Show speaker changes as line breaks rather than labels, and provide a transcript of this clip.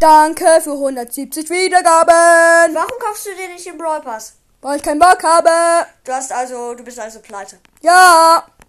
Danke für 170 Wiedergaben,
Warum kaufst du dir nicht den Brawl Pass?
weil ich keinen Bock habe.
Du hast also, du bist also pleite.
Ja.